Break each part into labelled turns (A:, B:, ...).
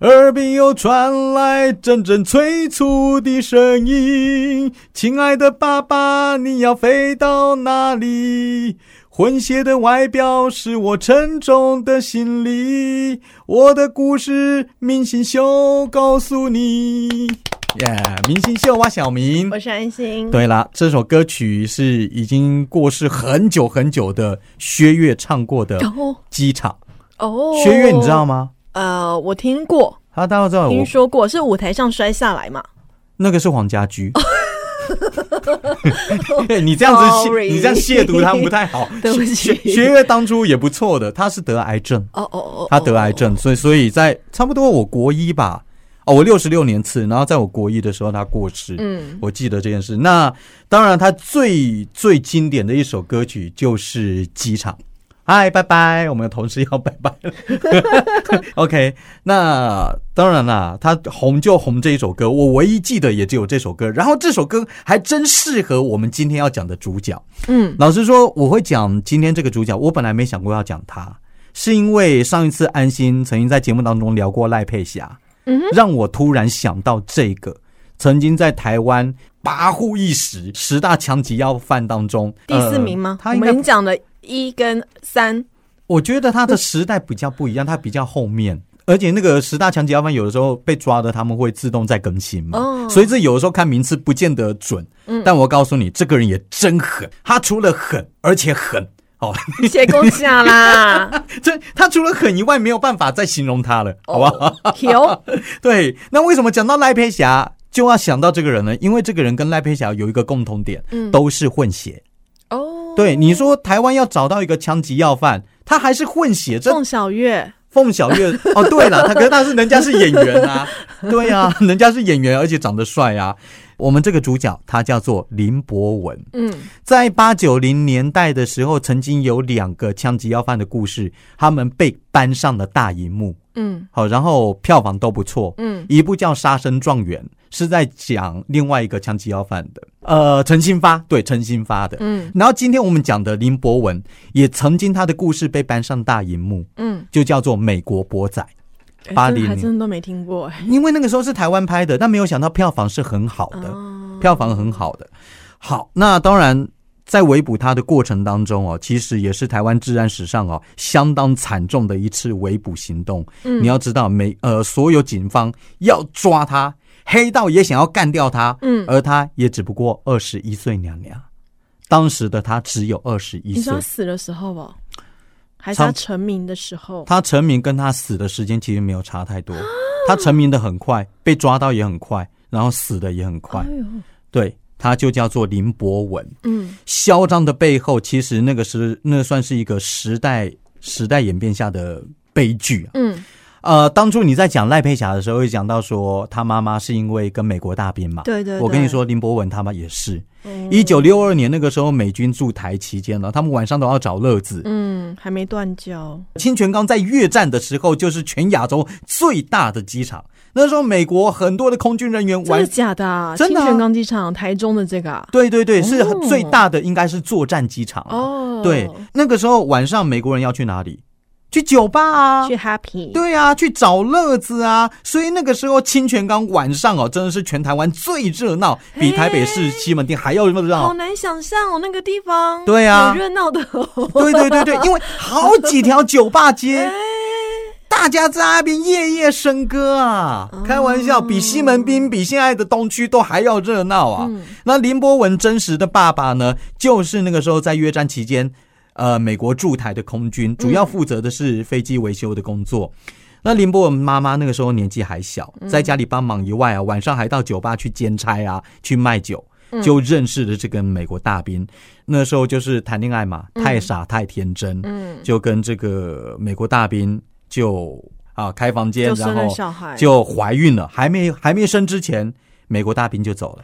A: 耳边又传来阵阵催促的声音：“亲爱的爸爸，你要飞到哪里？”混血的外表是我沉重的行李，我的故事，明星秀告诉你。耶、明星秀哇，小明
B: 我。是安心。
A: 对啦，这首歌曲是已经过世很久很久的薛岳唱过的《
B: 哦
A: 机场》。
B: 哦，
A: 薛岳你知道？吗？
B: 呃，我听过，
A: 他大家知道我
B: 听说过，是舞台上摔 下来嘛？
A: 那个是黄家驹。
B: 哦
A: 哎你这样子亵，
B: Sorry
A: 你这样亵渎他们不太好。
B: 对不起
A: 薛薛岳当初也不错的，他是得癌症，
B: 哦哦哦，
A: 他得癌症，所以所以在差不多我国一吧，哦，我六十六年次，然后在我国一的时候他过世。
B: 嗯，
A: 我记得这件事。那当然，他最最经典的一首歌曲就是《机场》。嗨，拜拜！我们的同事要拜拜了。OK，那当然啦，他红就红这一首歌，我唯一记得也只有这首歌。然后这首歌还真适合我们今天要讲的主角。
B: 嗯，
A: 老实说，我会讲今天这个主角，我本来没想过要讲他，是因为上一次安心曾经在节目当中聊过赖佩霞，
B: 嗯哼，
A: 让我突然想到这个曾经在台湾跋扈一时十大强击要犯当中
B: 第四名吗
A: 呃？他
B: 我
A: 应该
B: 们讲的一跟三，
A: 我觉得他的时代比较不一样，他比较后面。而且那个十大强级要犯，有的时候被抓的，他们会自动再更新嘛，
B: 哦
A: 所以这有的时候看名次不见得准。
B: 嗯
A: 但我告诉你，这个人也真狠，他除了狠，而且狠哦，
B: 谢恭喜啊 啦！
A: 这他除了狠以外，没有办法再形容他了，
B: 哦
A: 好 吧？
B: 吧，
A: 哦
B: 有，
A: 对，那为什么讲到赖佩霞就要想到这个人呢？因为这个人跟赖佩霞有一个共同点，
B: 嗯
A: 都是混血。
B: 哦，
A: 对，你说台湾要找到一个枪击要犯，他还是混血，这
B: 宋小月，
A: 凤小 岳哦，对了，他可是他是人家是演员啊，对呀、啊，人家是演员，而且长得帅啊。我们这个主角他叫做林博文，
B: 嗯，
A: 在八九零年代的时候，曾经有两个枪击要犯的故事，他们被搬上了大荧幕，
B: 嗯
A: 好，然后票房都不错。
B: 嗯
A: 一部叫《杀生状元》，是在讲另外一个枪击要犯的，呃，陈新发，对，陈新发的。
B: 嗯
A: 然后今天我们讲的林博文，也曾经他的故事被搬上大荧幕，
B: 嗯，
A: 就叫做《美国博仔》。
B: 哎
A: 八
B: 这
A: 零
B: 还
A: 年
B: 真的都没听过哎。
A: 因为那个时候是台湾拍的，但没有想到票房是很好的，
B: 哦
A: 票房很好的。好，那当然在围捕他的过程当中哦，其实也是台湾治安史上哦相当惨重的一次围捕行动。
B: 嗯
A: 你要知道，每呃所有警方要抓他，黑道也想要干掉他，
B: 嗯
A: 而他也只不过二十一岁娘娘，当时的他只有二十一
B: 你知
A: 岁
B: 道他。死的时候不？还是他
A: 差不
B: 成名的时候？
A: 他成名跟他死的时间其实没有差太
B: 啊
A: 多，他成名的很快，被抓到也很快，然后死的也很快
B: 哎。呦，
A: 对，他就叫做林博文。
B: 嗯
A: 嚣张的背后，其实那个是那算是一个时代时代演变下的悲剧啊。
B: 嗯
A: 呃，当初你在讲赖佩霞的时候，会讲到说她妈妈是因为跟美国大兵嘛。
B: 对对对
A: 我跟你说，林博文他妈也是。
B: 哦
A: 一九六二年那个时候，美军驻台期间呢，他们晚上都要找乐子。
B: 嗯，还没断交。
A: 清泉岗在越战的时候，就是全亚洲最大的机场。那时候，美国很多的空军人员
B: 真
A: 玩
B: 的假的啊？
A: 真的啊
B: 清泉岗机场，台中的这个啊
A: 对对对，是
B: 哦
A: 最大的，应该是作战机场啊、
B: 哦，
A: 对，那个时候晚上美国人要去哪里？去酒吧啊
B: 去。Happy，，
A: 对啊，去找乐子啊！所以那个时候清泉岗晚上哦，真的是全台湾最热闹，比台北市西门町还要热
B: 好
A: 闹。
B: 难想象哦，那个地方，
A: 啊对啊
B: 好热闹的哦，
A: 对对 对对，因为好几条酒吧街
B: 哎，
A: 大家在那边夜夜笙歌啊！开玩笑，比西门町、比现在的东区都还要热闹啊！
B: 嗯
A: 那林博文真实的爸爸呢，就是那个时候在越战期间，呃，美国驻台的空军，主要负责的是飞机维修的工作。那林博文妈妈那个时候年纪还小，在家里帮忙以外啊，晚上还到酒吧去兼差啊，去卖酒，
B: 嗯
A: 就认识了这个美国大兵。那时候就是谈恋爱嘛，太傻太天真，
B: 嗯，
A: 就跟这个美国大兵就啊开房间，
B: 就生
A: 然
B: 了
A: 后
B: 小孩，
A: 就怀孕了，还没还没生之前，美国大兵就走了。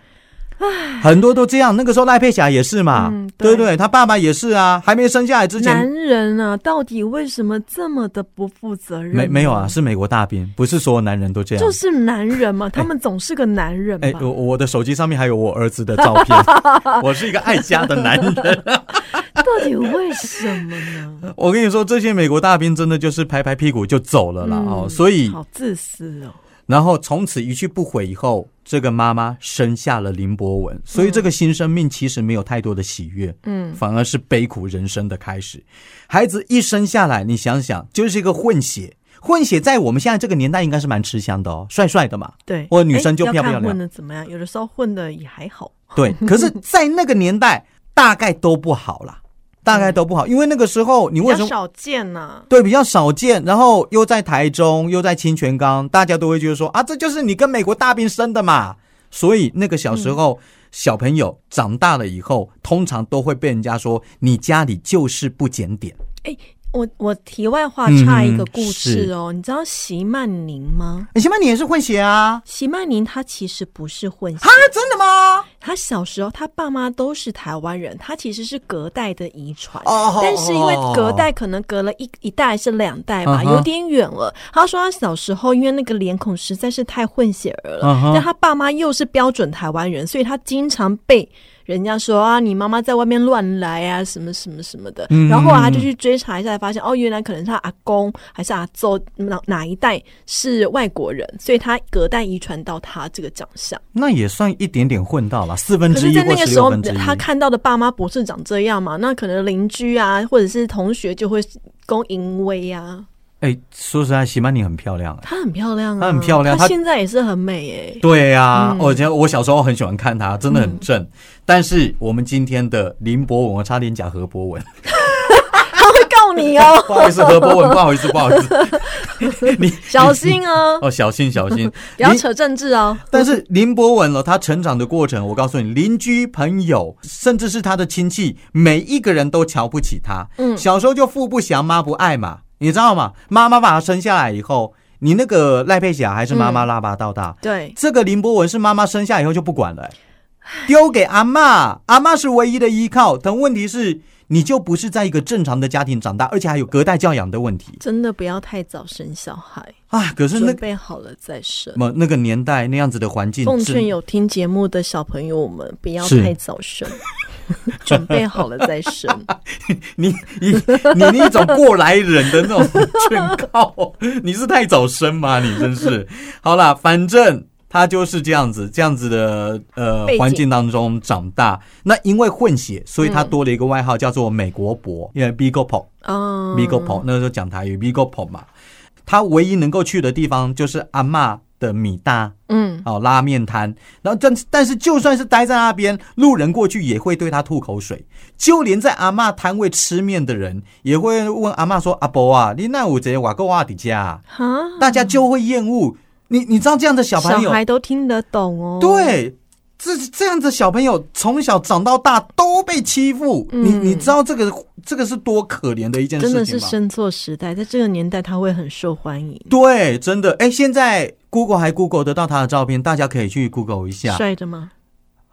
A: 很多都这样。那个时候赖佩霞也是嘛，
B: 嗯
A: 对
B: 对
A: 不对？他爸爸也是啊，还没生下来之前
B: 男，人啊，到底为什么这么的不负责任？
A: 没没有啊，，是美国大兵，不是所有男人都这样。
B: 就是男 人嘛，他们总是个男人
A: 哎，
B: 吧。
A: 我我的手机上面还有我儿子的照 片，我是一个爱家的男人。
B: 到底为什么呢？
A: 我跟你说，这些美国大兵真的就是拍拍屁股就走了啦、哦，
B: 嗯
A: 所以
B: 好自私哦。
A: 然后从此一去不回以后，这个妈妈生下了林博文，所以这个新生命其实没有太多的喜悦，
B: 嗯，
A: 反而是悲苦人生的开始。孩子一生下来，你想想，就是一个混血。混血在我们现在这个年代应该是蛮吃香的哦，帅帅的嘛，
B: 对。
A: 或者女生就
B: 哎
A: 漂不漂
B: 要看
A: 亮
B: 混的怎么样？有的时候混的也还好。
A: 对。 可是，在那个年代，大概都不好啦，大概都不好，因为那个时候你
B: 比
A: 为
B: 较
A: 什么
B: 少见啊呐、
A: 对，比较少见，然后又在台中，又在清泉岗，大家都会觉得说啊，这就是你跟美国大兵生的嘛。所以那个小时候，小朋友长大了以后，通常都会被人家说你家里就是不检点。
B: 我我题外话插一个故事哦，你知道席曼宁吗？
A: 哎，前面你也是混血啊？
B: 席曼宁她其实不是混血
A: 啊，，真的吗？
B: 她小时候她爸妈都是台湾人，她其实是隔代的遗传。
A: 哦
B: 但是因为隔代可能隔了一一代还是两代吧，
A: 嗯哼
B: 有点远了。她说她小时候因为那个脸孔实在是太混血儿了，
A: 嗯哼
B: 但她爸妈又是标准台湾人，所以她经常被人家说啊，你妈妈在外面乱来啊，什么什么什么的。
A: 嗯
B: 然后后来她就去追查一下，才发现哦，原来可能是她阿公还是阿周哪哪一代是外国人，所以她隔代遗传到她这个长相。
A: 那也算一点点混到了，四分
B: 可
A: 之
B: 是，
A: 一
B: 在
A: 或
B: 那个
A: 十
B: 时
A: 六
B: 候
A: 分之，一。
B: 他看到的爸妈不是长这样嘛？那可能邻居啊，或者是同学就会恭淫威啊。
A: 哎，说实在，喜曼你很漂亮、哎
B: 她很漂亮啊，
A: 她很漂亮她
B: 她现在也是很美诶、
A: 对呀、
B: 嗯
A: 哦我觉得我小时候很喜欢看他，真的很正。但是我们今天的林博文，我差点讲何博文。
B: 她会告你哦，
A: 不好意思，何博文，不好意思，不好意思，你
B: 小心 哦，
A: 哦，小心小心，
B: 不要
A: 林
B: 扯政治哦。
A: 但是林博文了，哦他成长的过程，我告诉你，邻居、朋友，甚至是他的亲戚，每一个人都瞧不起他。
B: 嗯
A: 小时候就父不祥，妈不爱嘛，你知道吗？妈妈把他生下来以后，你那个赖佩霞还是妈
B: 嗯
A: 妈拉拔到大，
B: 对，
A: 这个林博文是妈妈生下以后就不管了、哎丢给阿嬷，阿嬷是唯一的依靠。但问题是，你就不是在一个正常的家庭长大，而且还有隔代教养的问题
B: 真的不要太早生小孩，
A: 啊。可是那
B: 准
A: 个
B: 备好了再生。
A: 么那个年代那样子的环境，
B: 奉
A: 真
B: 劝有听节目的小朋友们，不要
A: 是
B: 太早生， 准备好了再生。
A: 你你你那种过来人的那种劝告，你是太早生吗？你真是好啦，反正。他就是这样子，这样子的呃
B: 背景
A: 环境当中长大。那因为混血，所以他多了一个外号叫做美国伯，因为 Bigo p o
B: 嗯
A: Bigo p o 那时候讲台语 Bigo p o 嘛。他唯一能够去的地方就是阿嬷的米大
B: 嗯，
A: 哦，拉面摊。然后但但是就算是待在那边，路人过去也会对他吐口水，就连在阿嬷摊位吃面的人也会问阿嬷说：“阿伯啊，你那有这瓦够瓦底家
B: 哈，？”
A: 大家就会厌恶你。你知道这样的小朋友，
B: 孩都听得懂哦。。
A: 对。这这样的小朋友从小长到大都被欺负，
B: 嗯
A: 你你知道这个这个是多可怜的一件事
B: 真
A: 情吗？
B: 的是生错时代，在这个年代他会很受欢迎，
A: 对，真的。哎，现在 Google 还 Google 得到他的照片，大家可以去 Google 一下。
B: 帅的吗？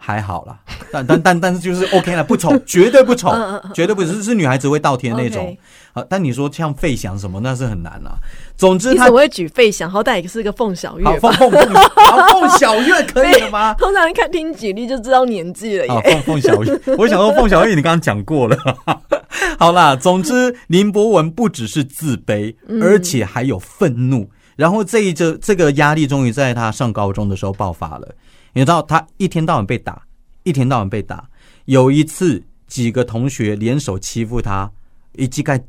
A: 还好啦，但但但但是就是 OK 了，不 丑，绝对不丑
B: 嗯嗯，
A: 绝对不是是女孩子会倒贴那种
B: OK
A: 啊。但你说像费翔什么，那是很难啦。总之
B: 你
A: 他
B: 怎么会举费翔？好歹也是个凤小岳
A: 好凤
B: 吧。
A: 啊凤凤 好凤小岳可以了吗？
B: 通常看听举例就知道年纪了耶。
A: 啊，凤凤小玉，我想说凤小玉，你刚刚讲过了。 好啦，总之林博文不只是自卑，
B: 嗯
A: 而且还有愤怒。然后这一这这个压力终于在他上高中的时候爆发了。你知道，他一天到晚被打，一天到晚被打。有一次，几个同学联手欺负他，一膝盖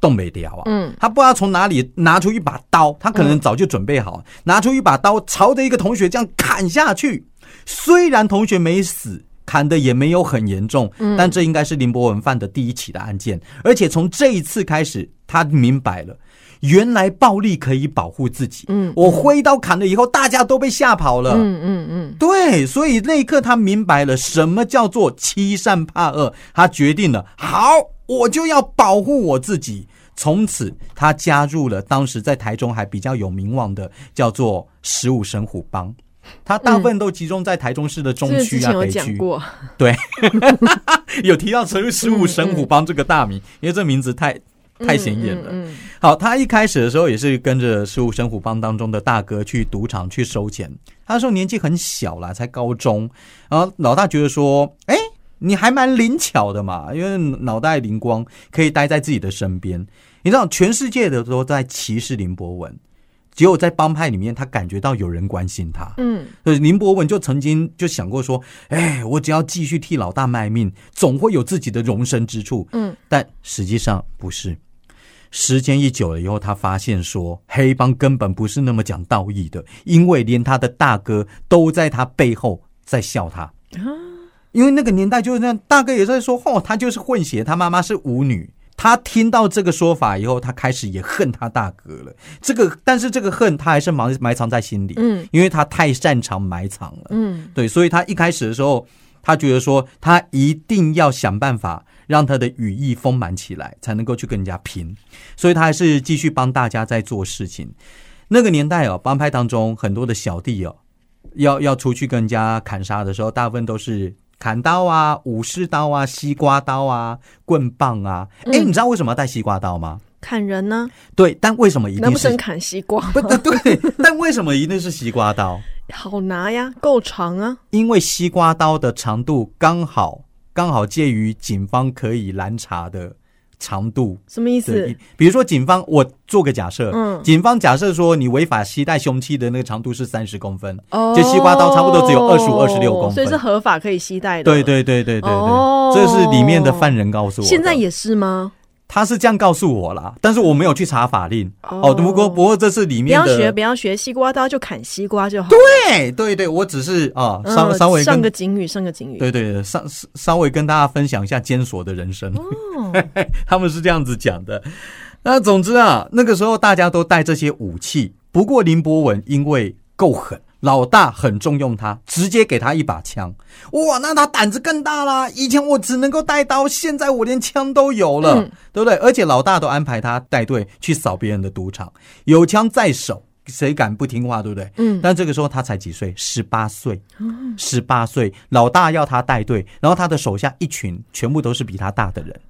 A: 动没掉啊。
B: 嗯，
A: 他不知道从哪里拿出一把刀，他可能早就准备好，拿出一把刀朝着一个同学这样砍下去。虽然同学没死，砍的也没有很严重，
B: 嗯
A: 但这应该是林博文犯的第一起的案件。而且从这一次开始，他明白了。原来暴力可以保护自己。
B: 嗯
A: 我挥刀砍了以后，大家都被吓跑了。
B: 嗯嗯嗯，
A: 对，所以那一刻他明白了什么叫做欺善怕恶，他决定了，好，我就要保护我自己。从此，他加入了当时在台中还比较有名望的叫做十五神虎帮。它大部分都集中在台中市的中
B: 这个之
A: 区
B: 前
A: 啊、
B: 有
A: 北
B: 讲
A: 区。
B: 过，
A: 有提到陈十五神虎帮这个大名，因为这名字太太显眼了。
B: 嗯，嗯
A: 好，他一开始的时候也是跟着十五神虎帮当中的大哥去赌场去收钱。他那时候年纪很小啦，才高中。然后老大觉得说，哎、你还蛮灵巧的嘛，因为脑袋灵光，可以待在自己的身边。你知道，全世界的都在歧视林博文，只有在帮派里面，他感觉到有人关心他。
B: 嗯
A: 所以林博文就曾经就想过说，哎，我只要继续替老大卖命，总会有自己的容身之处。
B: 嗯，
A: 但实际上不是。时间一久了以后，他发现说黑帮根本不是那么讲道义的，因为连他的大哥都在他背后在笑他。
B: 啊
A: 因为那个年代就是那样，大哥也在说，哦，他就是混血，他妈妈是舞女。他听到这个说法以后，他开始也恨他大哥了。这个，但是这个恨他还是埋埋藏在心里。
B: 嗯
A: 因为他太擅长埋藏了。
B: 嗯
A: 对，所以他一开始的时候，他觉得说他一定要想办法让他的羽翼丰满起来，才能够去跟人家拼。所以他还是继续帮大家在做事情。那个年代哦，帮派当中很多的小弟哦，要要出去跟人家砍杀的时候，大部分都是。砍刀啊，武士刀啊，西瓜刀啊，棍棒啊，
B: 嗯
A: 哎、你知道为什么要带西瓜刀吗？
B: 砍人呢，
A: 对，但为什么一
B: 难
A: 定
B: 不
A: 是
B: 成砍西瓜？
A: 不 对？但为什么一定是西瓜刀？
B: 好拿呀，够长啊，
A: 因为西瓜刀的长度刚好刚好介于警方可以拦查的长度
B: 什么意
A: 的
B: 思
A: 一，？比如说警方，我做个假设，
B: 嗯
A: 警方假设说你违法携带凶器的那个长度是三十公分，
B: 哦
A: 就西瓜刀差不多只有25 26公分
B: 所以是合法可以携带的。
A: 对对对对对对，
B: 哦
A: 这是里面的犯人告诉我的，
B: 现在也是吗？
A: 他是这样告诉我啦，但是我没有去查法令
B: 哦
A: 哦，不过不过这是里
B: 不
A: 面
B: 要学，
A: 的
B: 不。要学，西瓜刀就砍西瓜就好。对，
A: 对对对，我只是啊，稍稍微
B: 嗯上
A: 跟
B: 个警语，上个警语。
A: 对对，对稍稍微跟大家分享一下监所的人生。
B: 哦
A: 他们是这样子讲的。那总之啊，那个时候大家都带这些武器，不过林博文因为够狠。老大很重用他，直接给他一把枪，哇，那他胆子更大啦！以前我只能够带刀，现在我连枪都有了，
B: 嗯
A: 对不对？而且老大都安排他带队去扫别人的赌场，有枪在手，谁敢不听话，对不对？
B: 嗯
A: 但这个时候他才几岁，十八岁，十八岁，老大要他带队，然后他的手下一群全部都是比他大的人。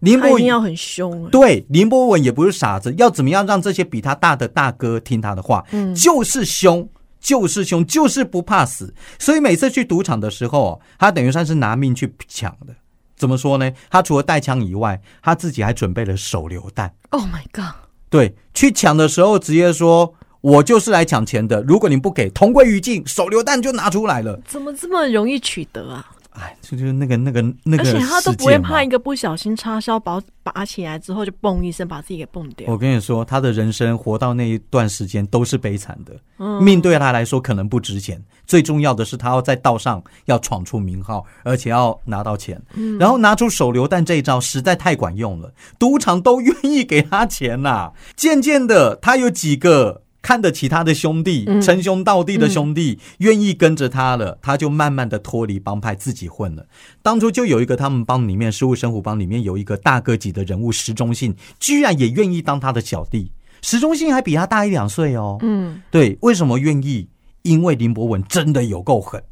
A: 林
B: 他
A: 博
B: 一
A: 文
B: 定要很凶、欸。
A: 对林博文也不是傻子，要怎么样让这些比他大的大哥听他的话？就是凶，就是凶，就是不怕死。所以每次去赌场的时候，哦他等于算是拿命去抢的。怎么说呢？他除了带枪以外，他自己还准备了手榴弹。
B: Oh my god！
A: 对，去抢的时候直接说：“我就是来抢钱的，如果你不给，同归于尽。”手榴弹就拿出来了。
B: 怎么这么容易取得啊？
A: 哎，这就是那个那个那个
B: 而且他都
A: 事
B: 不会
A: 件嘛
B: 怕哦一个不小心插销拔拔起来之后就嘣一声把自己给蹦掉。
A: 我跟你说，他的人生活到那一段时间都是悲惨的，
B: 嗯
A: 命对他来说可能不值钱。最重要的是，他要在道上要闯出名号，而且要拿到钱。
B: 嗯
A: 然后拿出手榴弹这一招实在太管用了，赌场都愿意给他钱啦、渐渐的，他有几个。看得起他的兄弟，
B: 嗯
A: 称兄道弟的兄弟，愿意跟着他了，他就慢慢的脱离帮派，自己混了。当初就有一个他们帮里面十五神虎帮里面有一个大哥级的人物石中信，居然也愿意当他的小弟。石中信还比他大一两岁哦。
B: 嗯，
A: 对，为什么愿意？因为林博文真的有够狠，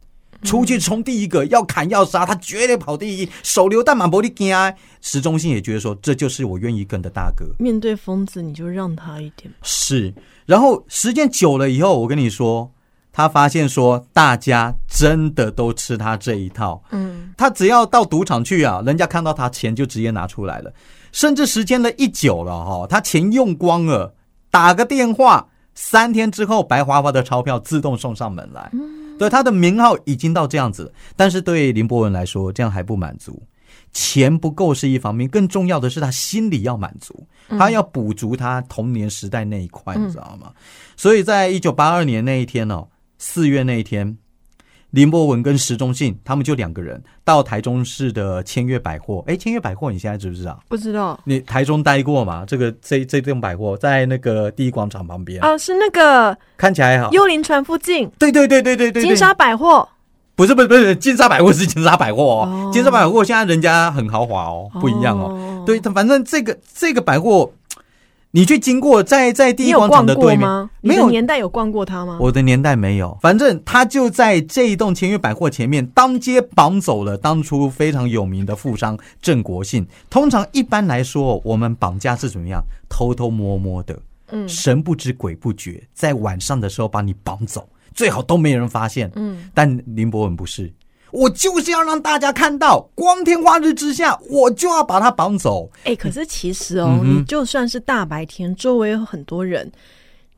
A: 出去冲第一个，要砍要杀，他绝对跑第一，手榴弹满玻璃惊啊！石中信也觉得说，这就是我愿意跟的大哥。
B: 面对疯子你就让他一点。
A: 是，然后时间久了以后，我跟你说，他发现说大家真的都吃他这一套。
B: 嗯，
A: 他只要到赌场去啊，人家看到他钱就直接拿出来了，甚至时间了一久了哈、他钱用光了，打个电话，三天之后白花花的钞票自动送上门来。对，他的名号已经到这样子了，但是对林博文来说，这样还不满足。钱不够是一方面，更重要的是他心里要满足，
B: 嗯
A: 他要补足他童年时代那一块，你知道吗？所以在一九八二年那一天哦，四月那一天，林博文跟石中信他们就两个人到台中市的千悦百货。哎，千悦百货你现在知不知道？
B: 不知道
A: 你台中待过嘛？这个这这栋百货在那个第一广场旁边，
B: 啊，是那个
A: 看起来好。
B: 幽灵船附近
A: 对对对对对啊对，对
B: 金沙百货。
A: 不是不是不是金沙百货是金沙百货哦
B: 哦，
A: 金沙百货现在人家很豪华哦，不一样哦。
B: 哦
A: 对，它反正这个这个百货，你去经过在在第
B: 你
A: 一
B: 有
A: 广
B: 逛
A: 场的
B: 过
A: 对面，
B: 吗？
A: 没
B: 你的
A: 有
B: 年代有逛过它吗？
A: 我的年代没有，反正他就在这一栋签约百货前面，当街绑走了当初非常有名的富商郑国信。通常一般来说，我们绑架是怎么样？偷偷摸摸的，
B: 嗯
A: 神不知鬼不觉，在晚上的时候把你绑走，最好都没人发现。
B: 嗯，
A: 但林博文不是，我就是要让大家看到，光天化日之下，我就要把他绑走。
B: 哎、可是其实哦，
A: 嗯哼
B: 你就算是大白天，周围有很多人，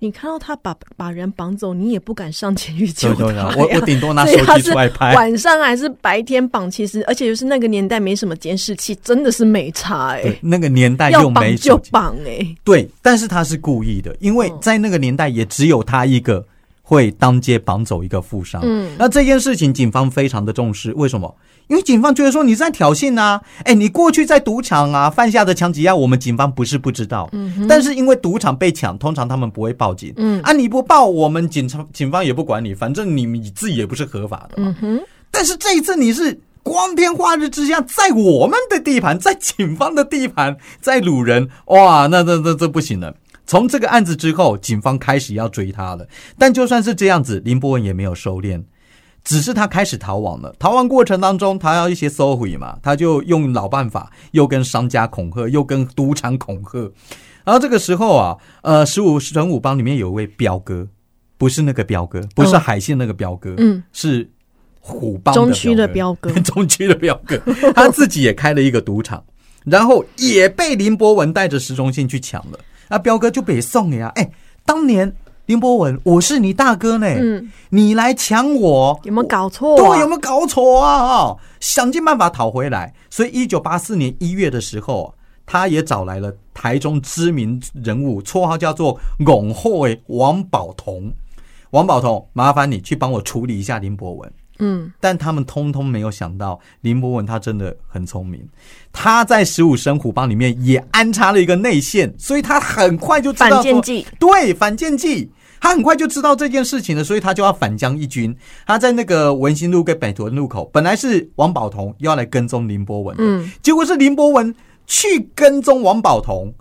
B: 你看到他把把人绑走，你也不敢上前去救他
A: 对
B: 呀。
A: 我我顶多拿
B: 所以
A: 手
B: 他
A: 机
B: 是
A: 出来拍。
B: 晚上还是白天绑，其实而且就是那个年代没什么监视器，真的是没差哎、
A: 对，那个年代
B: 要
A: 又
B: 绑
A: 没
B: 就
A: 手机。
B: 绑哎、
A: 对，但是他是故意的，因
B: 嗯
A: 为在那个年代也只有他一个会当街绑走一个富商。
B: 嗯，
A: 那这件事情警方非常的重视，为什么？因为警方觉得说你在挑衅啊，哎，你过去在赌场啊犯下的枪击案，我们警方不是不知道，嗯，但是因为赌场被抢，通常他们不会报警，
B: 嗯
A: 啊，你不报，我们警察警方也不管你，反正你你自己也不是合法的嘛，
B: 嗯哼，
A: 但是这一次你是光天化日之下，在我们的地盘，在警方的地盘，在掳人，哇，那那那这不行了。从这个案子之后，警方开始要追他了。但就算是这样子，林博文也没有收敛，只是他开始逃亡了。逃亡过程当中，他要一些收回嘛，他就用老办法，又跟商家恐吓，又跟赌场恐吓。然后这个时候啊，呃，十五神武帮里面有一位彪哥，不是那个彪哥，不是
B: 哦
A: 海信那个彪哥，
B: 嗯，
A: 是虎帮
B: 中区的
A: 的
B: 彪哥
A: 中区的彪哥，他自己也开了一个赌场，然后也被林博文带着石忠信去抢了。那彪哥就被送了呀，哎，当年林博文，我是你大哥呢，
B: 嗯，
A: 你来抢我，
B: 有没有
A: 我
B: 搞错、啊？
A: 对，有没有搞错啊？哦，想尽办法讨回来。所以，一九八四年一月的时候，他也找来了台中知名人物，绰号叫做“拱后”的王宝同。王宝同，麻烦你去帮我处理一下林博文。
B: 嗯，
A: 但他们通通没有想到，林博文他真的很聪明，他在十五神虎帮里面也安插了一个内线，所以他很快就知道
B: 反
A: 说
B: 间计，
A: 对反间计，他很快就知道这件事情了，所以他就要反将一军。他在那个文心路跟北屯路口，本来是王宝同要来跟踪林博文的，
B: 嗯
A: 结果是林博文去跟踪王宝同。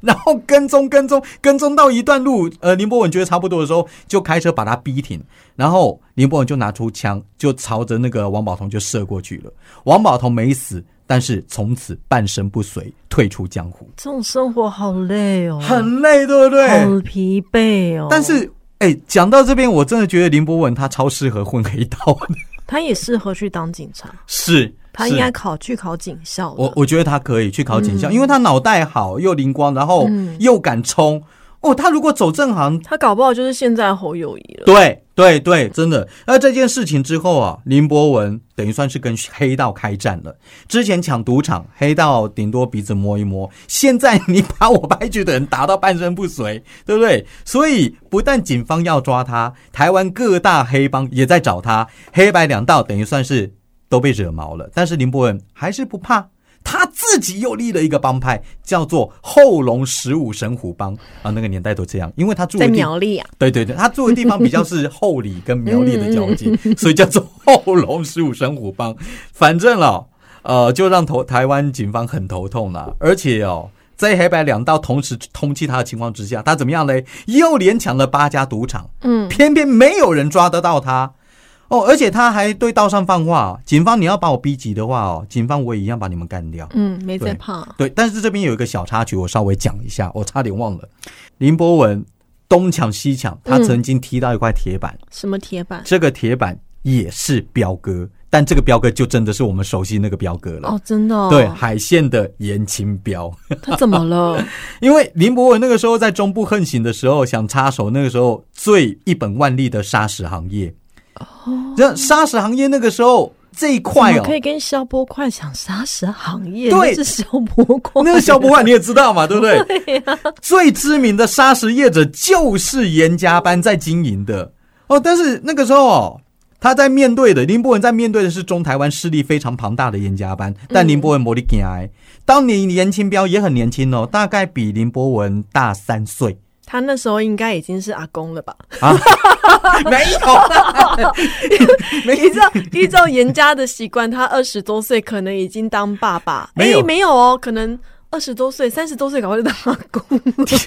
A: 然后跟踪跟踪跟踪到一段路，呃，林博文觉得差不多的时候，就开车把他逼停，然后林博文就拿出枪，就朝着那个王宝同就射过去了。王宝同没死，但是从此半身不遂，退出江湖，
B: 这种生活好累哦，
A: 很累，对不对？
B: 好疲惫哦。
A: 但是，哎、讲到这边，我真的觉得林博文他超适合混黑道 的，
B: 他也适合去当警察，
A: 是
B: 他应该嗯考去考警校的。
A: 我我觉得他可以去考警校，因为他脑袋好又灵光，然后
B: 嗯
A: 又敢冲。哦，他如果走正行，
B: 他搞不好就是现在侯友谊了。
A: 对对对，真的。那这件事情之后啊，林博文等于算是跟黑道开战了。之前抢赌场，黑道顶多鼻子摸一摸，现在你把我拍局的人打到半身不遂，对不对？所以不但警方要抓他，台湾各大黑帮也在找他，黑白两道等于算是都被惹毛了。但是林博文还是不怕。他自己又立了一个帮派，叫做后龙十五神虎帮啊，那个年代都这样，因为他住的
B: 在
A: 地
B: 苗栗啊，
A: 对对对，他住的地方比较是后里跟苗栗的交界，所以叫做后龙十五神虎帮。反正哦，呃，就让头台湾警方很头痛啦、而且哦，在黑白两道同时通缉他的情况之下，他怎么样嘞？又连抢了八家赌场，
B: 嗯，
A: 偏偏没有人抓得到他。哦，而且他还对道上放话、哦，警方你要把我逼急的话哦，警方我也一样把你们干掉。
B: 嗯，没在
A: 对
B: 怕。
A: 对，但是这边有一个小插曲，我稍微讲一下，我差点忘了。林博文东抢西抢，他曾经踢到一块铁板，
B: 什么铁板？
A: 这个铁板也是彪哥，但这个彪哥就真的是我们熟悉那个彪哥了。
B: 哦，真的、哦。
A: 对，海线的严清彪，
B: 他怎么了？
A: 因为林博文那个时候在中部横行的时候，想插手那个时候最一本万利的砂石行业。哦，这砂石行业那个时候这一块
B: 怎
A: 哦
B: 么，可以跟消波快讲砂石行业？
A: 对
B: 那是消波 快。
A: 那个小博万你也知道嘛，对不 对？最知名的砂石业者就是严家班在经营的哦。但是那个时候哦，他在面对的林博文在面对的是中台湾势力非常庞大的严家班，
B: 嗯
A: 但林博文魔力惊哎，当年严清标也很年轻哦，大概比林博文大三 岁。
B: 他那时候应该已经是阿公了吧？
A: 没有啦，没
B: 依照依照严家的习惯，他二十多岁可能已经当爸爸。
A: 没有
B: 诶没有哦，可能。二十多岁、三十多岁，搞快就当阿公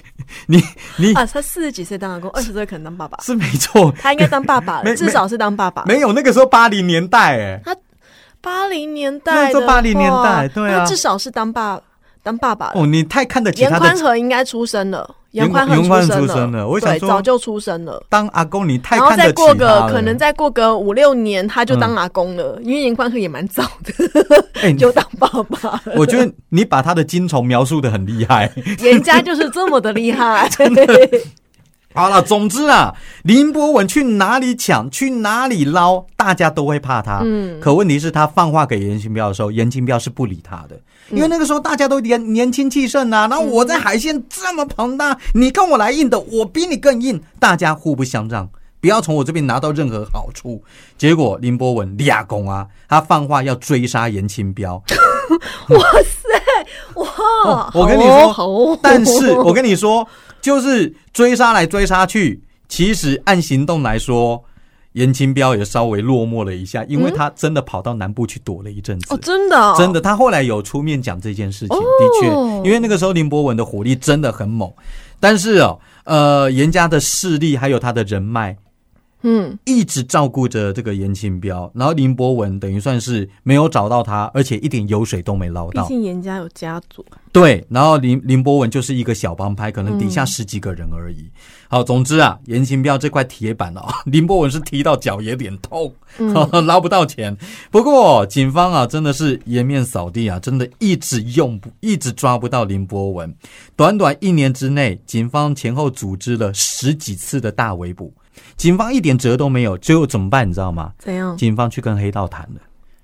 A: 你你
B: 啊！他四十几岁当阿公，二十岁可能当爸爸。
A: 是没错，
B: 他应该当爸 爸
A: 没
B: 了，至少是当爸爸。
A: 没有那个时候八零年代哎、
B: 八零年代
A: 那
B: 的
A: 这
B: 话，
A: 80年代对啊
B: 他至少是当爸当爸爸了。
A: 哦，你太看得起
B: 严
A: 他
B: 宽
A: 的
B: 和应该出生了，
A: 严
B: 严宽
A: 严宽
B: 和
A: 和出
B: 出
A: 生
B: 生
A: 了我想
B: 对，
A: 说
B: 早就出生了。
A: 当阿公，你太
B: 然后
A: 看
B: 再
A: 得起
B: 过
A: 他
B: 个
A: 了嗯
B: 可能再过个五六年，他就当阿公了，因为严宽和也蛮早的
A: 哎、
B: 就当爸爸 了。
A: 我觉得你把他的金虫描述的很厉害。
B: 人家就是这么的 厉害，
A: 好了，总之啊，林博文去哪里抢，去哪里捞，大家都会怕他。嗯，可问题是，他放话给严清标的时候，严清标是不理他的，因为那个时候大家都年年轻气盛啊。然后我在海线这么庞大，你跟我来硬的，我比你更硬，大家互不相让。不要从我这边拿到任何好处。结果林博文俩公啊，他放话要追杀严清标，哦
B: 哇！
A: 我跟你
B: 好
A: 说
B: 哦好哦
A: 但是我跟你说，就是追杀来追杀去，其实按行动来说，严清标也稍微落寞了一下，因为他真的跑到南部去躲了一阵子。
B: 哦，真的哦
A: 真的，他后来有出面讲这件事情，
B: 哦
A: 的确，因为那个时候林博文的火力真的很猛，但是哦，呃，严家的势力还有他的人脉，
B: 嗯，
A: 一直照顾着这个严清标，然后林博文等于算是没有找到他，而且一点油水都没捞
B: 毕
A: 到。
B: 竟严家有家族，
A: 对，然后林林博文就是一个小帮派，可能底下十几个人而已。好，总之啊，严清标这块铁板哦， 林博文是踢到脚也有点痛， 捞不到钱。不过警方啊，真的是颜面扫地啊，真的一直用不，一直抓不到林博文。短短一年之内，警方前后组织了十几次的大围捕，警方一点辙都没有。最后怎么办？你知道吗？
B: 怎样？
A: 警方去跟黑道谈了。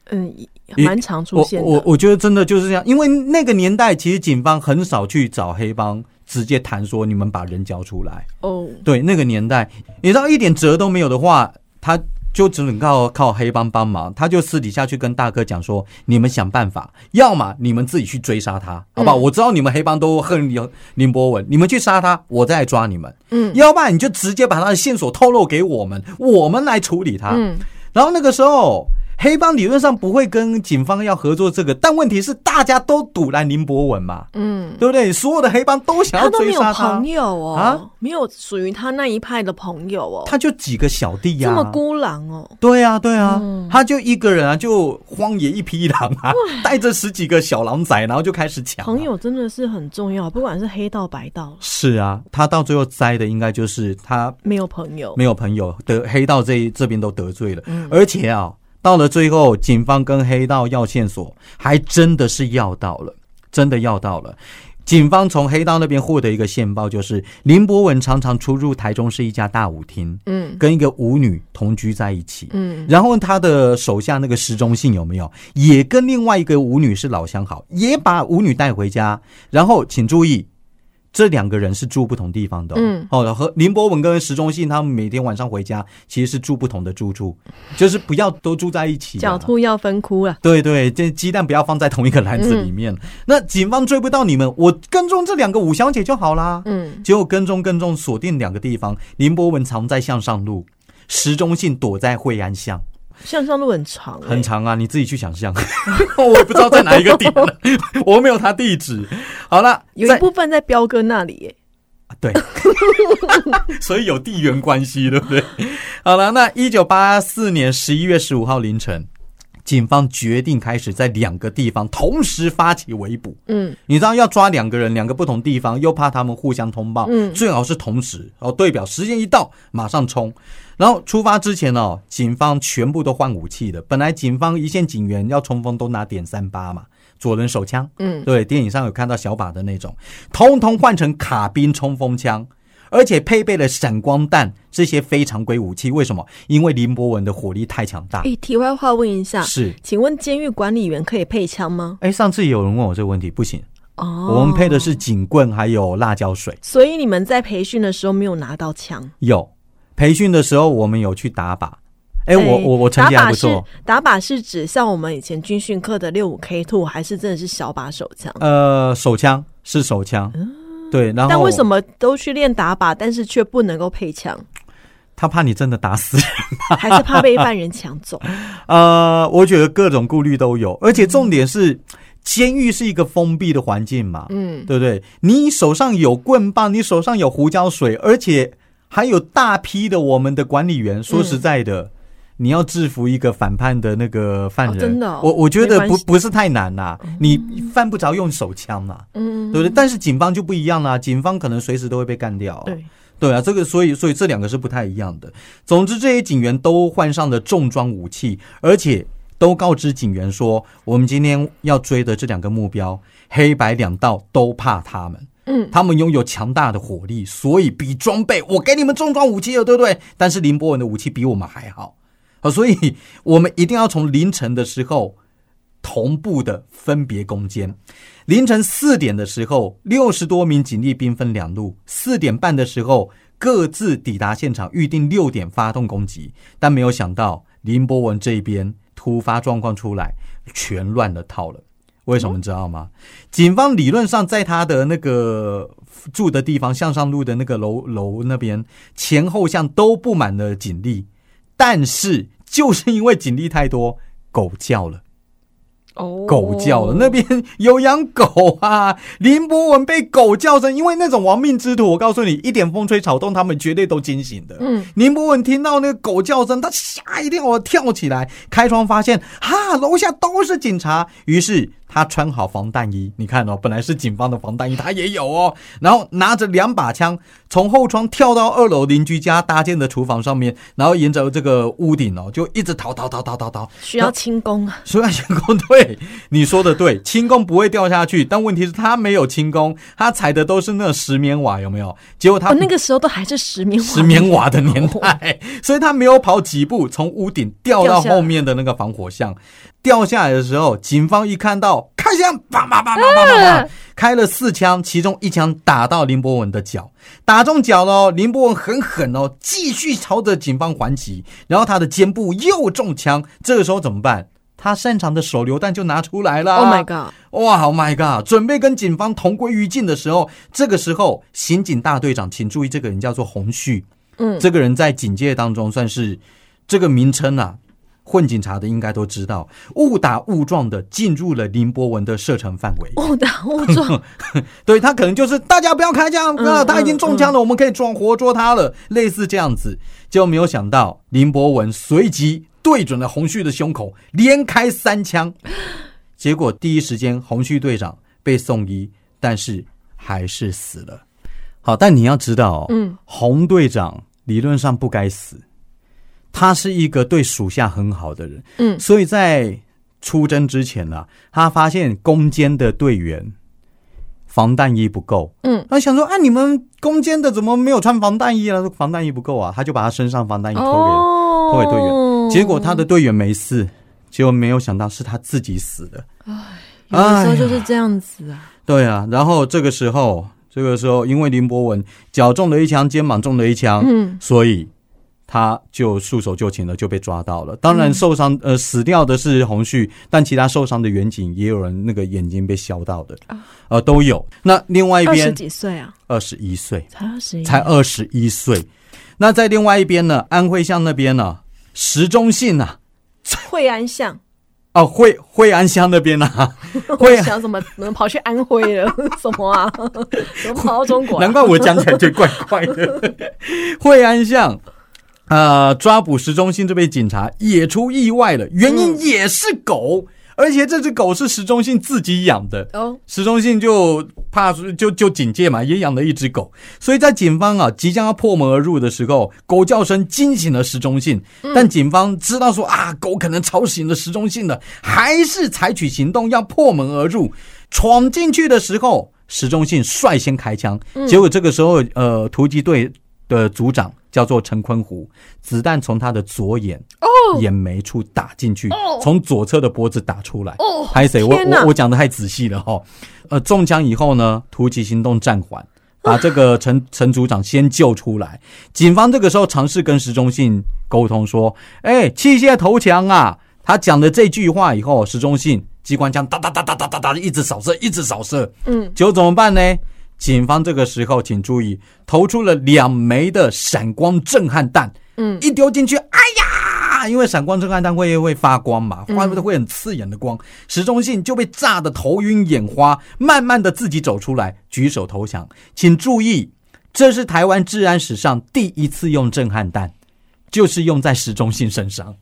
B: 嗯，蛮常出
A: 我
B: 现
A: 我
B: 的。
A: 我觉得真的就是这样，因为那个年代其实警方很少去找黑帮直接谈说你们把人交出来。
B: 哦，
A: 对，那个年代，你知道一点辙都没有的话，他就只能靠靠黑帮帮忙。他就私底下去跟大哥讲说，你们想办法，要么你们自己去追杀他，
B: 嗯
A: 好吧？我知道你们黑帮都恨林林博文，你们去杀他，我再来抓你们。
B: 嗯
A: 要不然你就直接把他的线索透露给我们，我们来处理他。
B: 嗯，
A: 然后那个时候，黑帮理论上不会跟警方要合作这个，但问题是大家都堵拦林博文嘛，
B: 嗯，
A: 对不对？所有的黑帮都想要
B: 他都
A: 追
B: 没有
A: 杀他
B: 朋，友哦，
A: 啊
B: 没有属于他那一派的朋友哦，
A: 他就几个小弟呀、
B: 这么孤狼哦，
A: 对啊，对啊，
B: 嗯
A: 他就一个人啊，就荒野一匹狼啊，带着十几个小狼仔，然后就开始抢啊、
B: 朋友真的是很重要，不管是黑道白道，
A: 是啊，他到最后栽的应该就是他
B: 没有朋友，
A: 没有朋友，得黑道这一这边都得罪了，而且啊，到了最后，警方跟黑道要线索，还真的是要到了，真的要到了。警方从黑道那边获得一个线报，就是林博文常常出入台中市一家大舞厅，
B: 嗯
A: 跟一个舞女同居在一起。
B: 嗯，
A: 然后他的手下那个石中信有没有也跟另外一个舞女是老相好，也把舞女带回家？然后请注意，这两个人是住不同地方的、哦。
B: 嗯，
A: 哦，和林博文跟石中信他们每天晚上回家其实是住不同的住处，就是不要都住在一起、
B: 狡
A: 啊。
B: 兔要分窟啊，
A: 对对，这鸡蛋不要放在同一个篮子里
B: 嗯
A: 面。那警方追不到你们，我跟踪这两个五小姐就好啦。
B: 嗯
A: 结果跟踪跟踪锁定两个地方，林博文藏在向上路，石中信躲在惠安巷。
B: 向上路很长、欸，
A: 很长啊，你自己去想象， 我也不知道在哪一个点了， 我没有他地址。好了，
B: 有
A: 在
B: 一部分在彪哥那里、欸，
A: 啊对， 所以有地缘关系，对不对？ 好了，那一九八四年十一月十五号凌晨，警方决定开始在两个地方同时发起围捕。
B: 嗯
A: 你知道要抓两个人，两个不同地方，又怕他们互相通报，
B: 嗯
A: 最好是同时哦，对表时间一到马上冲。然后出发之前哦，警方全部都换武器的。本来警方一线警员要冲锋都拿点三八嘛，左轮手枪，
B: 嗯，
A: 对，电影上有看到小把的那种，通通换成卡宾冲锋枪，而且配备了闪光弹这些非常规武器。为什么？因为林博文的火力太强大
B: 哎、，题外话问一下，
A: 是。
B: 请问监狱管理员可以配枪吗？
A: 哎，上次有人问我这个问题，不行，
B: 哦，
A: 我们配的是警棍还有辣椒水。
B: 所以你们在培训的时候没有拿到枪。
A: 有培训的时候，我们有去打靶。哎、我我我成绩还不错。
B: 打靶是打靶是指像我们以前军训课的六五 K two，还是真的是小把手枪？
A: 呃，手枪是手枪，对。然后
B: 哦但为什么都去练打靶，但是却不能够 配枪，
A: 他怕你真的打死？
B: 还是怕被犯人抢走？
A: 呃，我觉得各种顾虑都有，而且重点是。监狱是一个封闭的环境嘛，
B: 嗯，
A: 对不对？你手上有棍棒，你手上有胡椒水，而且还有大批的我们的管理员。说实在的，你要制服一个反叛的那个犯人，
B: 嗯哦真的哦
A: 我我觉得不
B: 没关系哦
A: 不是太难啦、你犯不着用手枪啦、
B: 嗯，
A: 对不对？但是警方就不一样啦，警方可能随时都会被干掉。
B: 对，
A: 对啊，这个所以所以这两个是不太一样的。总之，这些警员都换上了重装武器，而且都告知警员说，我们今天要追的这两个目标，黑白两道都怕他们。
B: 嗯，
A: 他们拥有强大的火力，所以比装备，我给你们重装武器了，对不对？但是林伯文的武器比我们还好，啊，所以我们一定要从凌晨的时候同步的分别攻坚。凌晨四点的时候，六十多名警力兵分两路；四点半的时候，各自抵达现场，预定六点发动攻击。但没有想到，林博文这边突发状况出来，全乱了套了。为什么你知道吗？警方理论上在他的那个住的地方，向上路的那个楼楼那边，前后巷都布满了警力，但是就是因为警力太多，狗叫了。
B: 哦
A: 狗叫了，那边有养狗啊！ 林博文被狗叫声，因为那种亡命之徒，我告诉你，一点风吹草动，他们绝对都惊醒的。
B: 嗯，
A: 林博文听到那个狗叫声，他吓一跳，跳起来，开窗发现，哈，楼下都是警察。于是他穿好防弹衣，你看哦，本来是警方的防弹衣，他也有哦。然后拿着两把枪，从后窗跳到二楼邻居家搭建的厨房上面，然后沿着这个屋顶哦，就一直逃逃逃逃逃逃，
B: 需要轻 功啊，
A: 所以轻功对你说的对，轻功不会掉下去，但问题是他没有轻功，他踩的都是那种石棉瓦，有没有？结果他、
B: 哦，那个时候都还是石棉瓦，
A: 石棉瓦的年代， 所以他没有跑几步，从屋顶掉到后面的那个防火巷。掉下来的时候，警方一看到开枪，叭叭叭叭叭叭
B: 呃
A: 叭，开了四枪，其中一枪打到林博文的脚，打中脚了哦。林博文很狠哦，继续朝着警方还击，然后他的肩部又中枪。这个时候怎么办？他擅长的手榴弹就拿出来了。
B: Oh my god！
A: 哇，Oh my god！准备跟警方同归于尽的时候，这个时候刑警大队长，请注意，这个人叫做洪旭。
B: 嗯
A: 这个人在警界当中算是这个名称啊，混警察的应该都知道，误打误撞的进入了林博文的射程范围。
B: 误打误 撞，
A: 对他可能就是大家不要开枪，
B: 嗯
A: 啊，他已经中枪了，我们可以装活捉他了，类似这样子。结果没有想到，林博文随即对准了洪旭的胸口，连开三枪。 结果第一时间，洪旭队长被送医，但是还是死了。好，但你要知道、哦，
B: 嗯，
A: 洪队长理论上不该死，他是一个对属下很好的人，
B: 嗯
A: 所以在出征之前呢、他发现攻坚的队员防弹衣不够，
B: 嗯，
A: 他想说啊，你们攻坚的怎么没有穿防弹衣啊？他说防弹衣不够啊，他就把他身上防弹衣脱给了
B: 哦
A: 脱给队员，结果他的队员没事，结果没有想到是他自己死的。
B: 有
A: 哎
B: 的时候就是这样子啊，
A: 对啊，然后这个时候，这个时候因为林博文脚中了一枪，肩膀中了一枪，
B: 嗯，
A: 所以他就束手就擒了，就被抓到了。当然受
B: 嗯
A: 伤、呃死掉的是洪旭，但其他受伤的远景也有人那个眼睛被削到的，呃都有。那另外一
B: 啊二十
A: 边
B: 几岁啊，
A: 二十一岁，
B: 才二十一，
A: 才二十一岁。那在另外一边呢，安徽巷那边呢，石中信啊，
B: 惠 安巷，
A: 哦惠惠安乡那边 啊，惠
B: 我想怎么能跑去安徽了？ 什么啊？怎么跑到中国啊？
A: 难怪我讲起来就怪怪的。惠安巷，呃，抓捕石中信这位警察也出意外了，原因也是狗，而且这只狗是石中信自己养的。
B: 哦，
A: 石中信就怕就就警戒嘛，也养了一只狗，所以在警方啊即将要破门而入的时候，狗叫声惊醒了石中信。但警方知道说啊，狗可能吵醒了石中信了，还是采取行动要破门而入。闯进去的时候，石中信率先开枪，结果这个时候呃，突击队的组长叫做陈坤湖，子弹从他的左眼眼眉处打进去，从左侧的脖子打出来。
B: 哦
A: 拍谁？我
B: 天哪
A: 我我讲的太仔细了哈。呃，中枪以后呢，突击行动暂缓，把这个陈 陈组长先救出来。警方这个时候尝试跟石中信沟通说：“哎，器械投降啊！”他讲了这句话以后，石中信机关枪哒哒哒哒哒哒哒一直扫射，一直扫射。
B: 嗯，
A: 结果怎么办呢？警方这个时候请注意，投出了两枚的闪光震撼弹。
B: 嗯，
A: 一丢进去，哎呀，炸，因为闪光震撼弹会会发光嘛，
B: 嗯
A: 发的会很刺眼的光。石中信就被炸得头晕眼花，慢慢的自己走出来，举手投降。请注意，这是台湾治安史上第一次用震撼弹，就是用在石中信身上，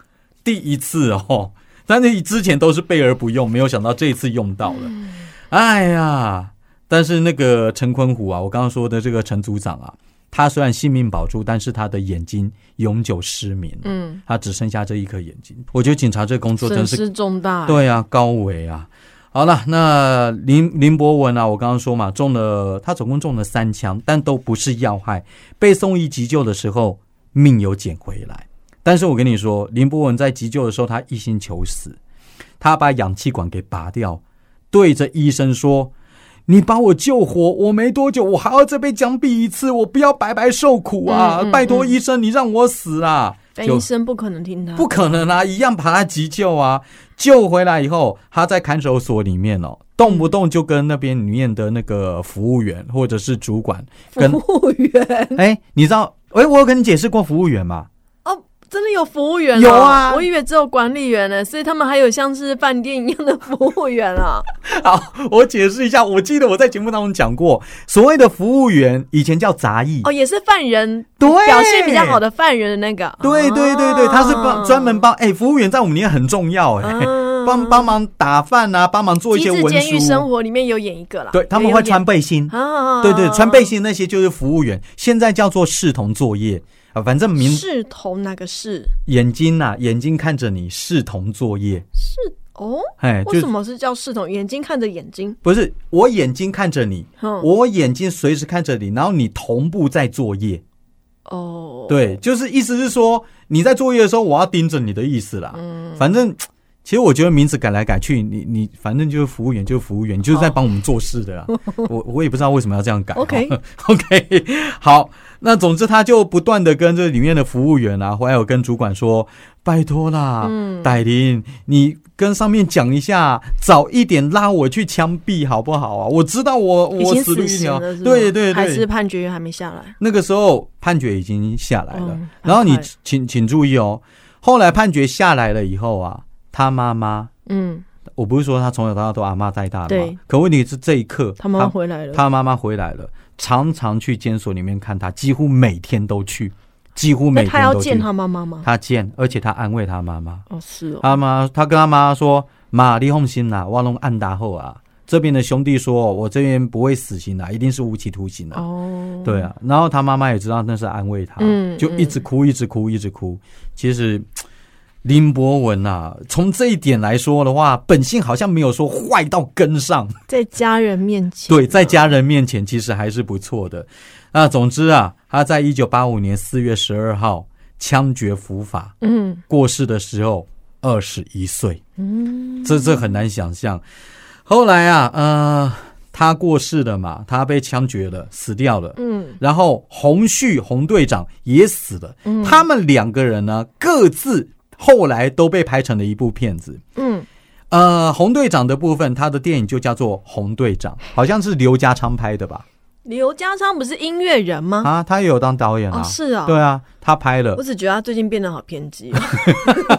A: 第一次哦。但是之前都是备而不用，没有想到这一次用到了。哎呀，但是那个陈坤虎啊，我刚刚说的这个陈组长啊，他虽然性命保住，但是他的眼睛永久失明，
B: 嗯，
A: 他只剩下这一颗眼睛。我觉得警察这工作真
B: 损
A: 是
B: 失重大。，
A: 对啊，高危啊。好了，那林林博文啊，我刚刚说嘛，中了他总共中了三枪，但都不是要害。被送医急救的时候，命有捡回来。但是我跟你说，林博文在急救的时候，他一心求死，他把氧气管给拔掉，对着医生说：“你把我救活，我没多久，我还要再被枪毙一次，我不要白白受苦啊！
B: 嗯嗯嗯
A: 拜托医生，你让我死啊！”
B: 但
A: 就
B: 医生不可能听他。
A: 不可能啊，一样把他急救啊，救回来以后，他在看守所里面哦，动不动就跟那边里面的那个服务员或者是主管跟
B: 服务员
A: 哎、你知道哎、我有跟你解释过服务员嘛？
B: 哦，真的有服务员、哦？
A: 有啊
B: 我以为只有管理员呢，所以他们还有像是饭店一样的服务员啊。
A: 好，我解释一下，我记得我在节目当中讲过，所谓的服务员以前叫杂役，
B: 哦，也是犯人
A: 对，
B: 表现比较好。的犯人的那个。
A: 对对对对，他是帮
B: 啊
A: 专门帮哎、服务员在我们里面很重要哎、
B: 嗯
A: 帮帮忙打饭啊，帮忙做一
B: 机
A: 些
B: 智
A: 文
B: 监狱生
A: 书，
B: 活里面有演一个啦，
A: 对，他们
B: 也有
A: 会
B: 演
A: 穿背心，
B: 啊，
A: 对对，穿背心那些就是服务员，现在叫做视同作业啊，反正明
B: 视同哪个视？
A: 眼睛呐、眼睛看着你视同作业，
B: 哦，
A: 哎，
B: 为
A: 就
B: 什么是叫视同？眼睛看着眼睛，
A: 不是我眼睛看着你，
B: 哼，
A: 我眼睛随时看着你，然后你同步在作业，
B: 哦，，
A: 对，就是意思是说你在作业的时候，我要盯着你的意思啦。
B: 嗯，
A: 反正其实我觉得名字改来改去，你你反正就是服务员，就是服务员，你就是在帮我们做事 的啦。我我也不知道为什么要这样改。哦
B: OK
A: OK，好，那总之他就不断的跟这里面的服务员啊，还有跟主管说，拜托啦，
B: 嗯
A: 戴琳，你跟上面讲一下，早一点拉我去枪毙好不好啊？我知道我
B: 已
A: 我
B: 经
A: 死路
B: 死
A: 一
B: 刑
A: 条，
B: 了，是吗
A: 对对
B: 还是
A: 对。
B: 判决还没下来，
A: 那个时候判决已经下来了，
B: 嗯
A: 然后你
B: 很快
A: 请请注意哦，后来判决下来了以后啊，他妈妈
B: 嗯，
A: 我不是说他从小到大都阿妈带大的
B: 对
A: 嘛，可问题是这一刻，
B: 他妈妈回
A: 他
B: 来了，
A: 他妈妈回来了，常常去监所里面看他，几乎每天都去，几乎每
B: 那
A: 天都去。
B: 他要见他妈妈吗？
A: 他见，而且他安慰他妈妈，
B: 哦，是哦，
A: 他妈他跟他妈说：“妈，你放心啦，我弄按达后啊，这边的兄弟说我这边不会死刑啦，一定是无期徒刑啦。
B: 哦，
A: 对，啊，然后他妈妈也知道那是安慰他，
B: 嗯
A: 就一直哭，一直哭，一直哭。其实林博文啊，从这一点来说的话，本性好像没有说坏到根上，
B: 在家人面前，
A: 对，在家人面前其实还是不错的。那总之啊，他在一九八五年四月十二号枪决伏法
B: 嗯
A: 过世的时候，二十一岁。
B: 嗯，
A: 这这很难想象。后来啊，呃，他过世了嘛，他被枪决了，死掉了。
B: 嗯，
A: 然后洪旭洪队长也死了。
B: 嗯
A: 他们两个人呢，各自后来都被拍成了一部片子。
B: 嗯，
A: 呃，洪队长的部分，他的电影就叫做《洪队长》，好像是刘家昌拍的吧？
B: 刘家昌不是音乐人吗？
A: 啊，他也有当导演啊。
B: 哦，是啊，
A: 对啊，他拍了
B: 我。只觉得他最近变得好偏激哦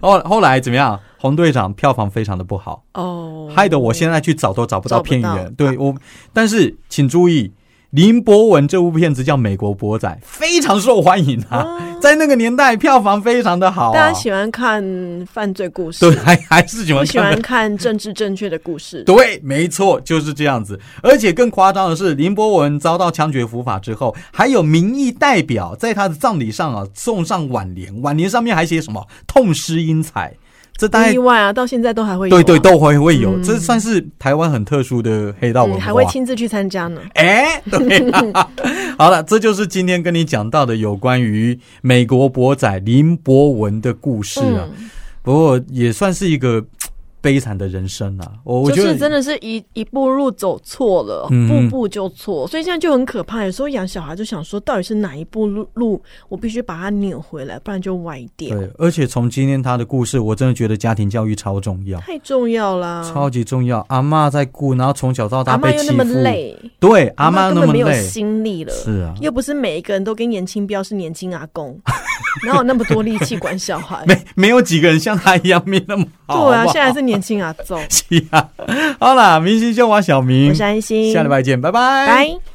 A: 后后来怎么样？洪队长票房非常的不好。
B: 哦，
A: 害得我现在去找都找不到片
B: 找不啊
A: 源。对我，但是请注意，林博文这部片子叫《美国博仔》，非常受欢迎啊， 在那个年代票房非常的好、
B: 哦大
A: 啊
B: 家。喜欢看犯罪故事，
A: 对，还还是喜
B: 不
A: 欢
B: 喜
A: 看
B: 欢
A: 的。
B: 看政治正确的故事。
A: 对，没错，就是这样子。而且更夸张的是，林博文遭到枪决伏法之后，还有民意代表在他的葬礼上啊送上挽联，挽联上面还写什么“痛失英才”，这大概
B: 意外啊，到现在都还会有啊、
A: 对对都会会有，啊
B: 嗯
A: 这算是台湾很特殊的黑道文
B: 嗯，
A: 化。
B: 还会亲自去参加呢。
A: 哎，对、啊，好了，这就是今天跟你讲到的有关于美国博仔林博文的故事啊。
B: 嗯，
A: 不过也算是一个嘖悲惨的人生啊，我我
B: 就
A: 觉得
B: 是真的是一一步路走错了，
A: 嗯
B: 步步就错，所以现在就很可怕。有时候养小孩就想说，到底是哪一步路路，我必须把它扭回来，不然就歪掉，
A: 对，而且从今天他的故事，我真的觉得家庭教育超重要，
B: 太重要啦。
A: 超级重要。阿嬷在顾，然后从小到大
B: 嗯阿妈
A: 被
B: 又
A: 欺
B: 那
A: 负，
B: 么累，
A: 对，阿
B: 妈
A: 嬷
B: 根
A: 那
B: 本
A: 么
B: 没有
A: 累，
B: 心力了。
A: 是啊，
B: 又不是每一个人都跟严清标是年轻阿公， 哪有那么多力气管小 孩？
A: 没没有几个人像他一样命那么好。
B: 对啊，
A: 好不好
B: 现在是年轻阿揍。
A: 是啊。好啦，明星秀华小明
B: 我是，安心，
A: 下礼拜见，拜拜。
B: 拜。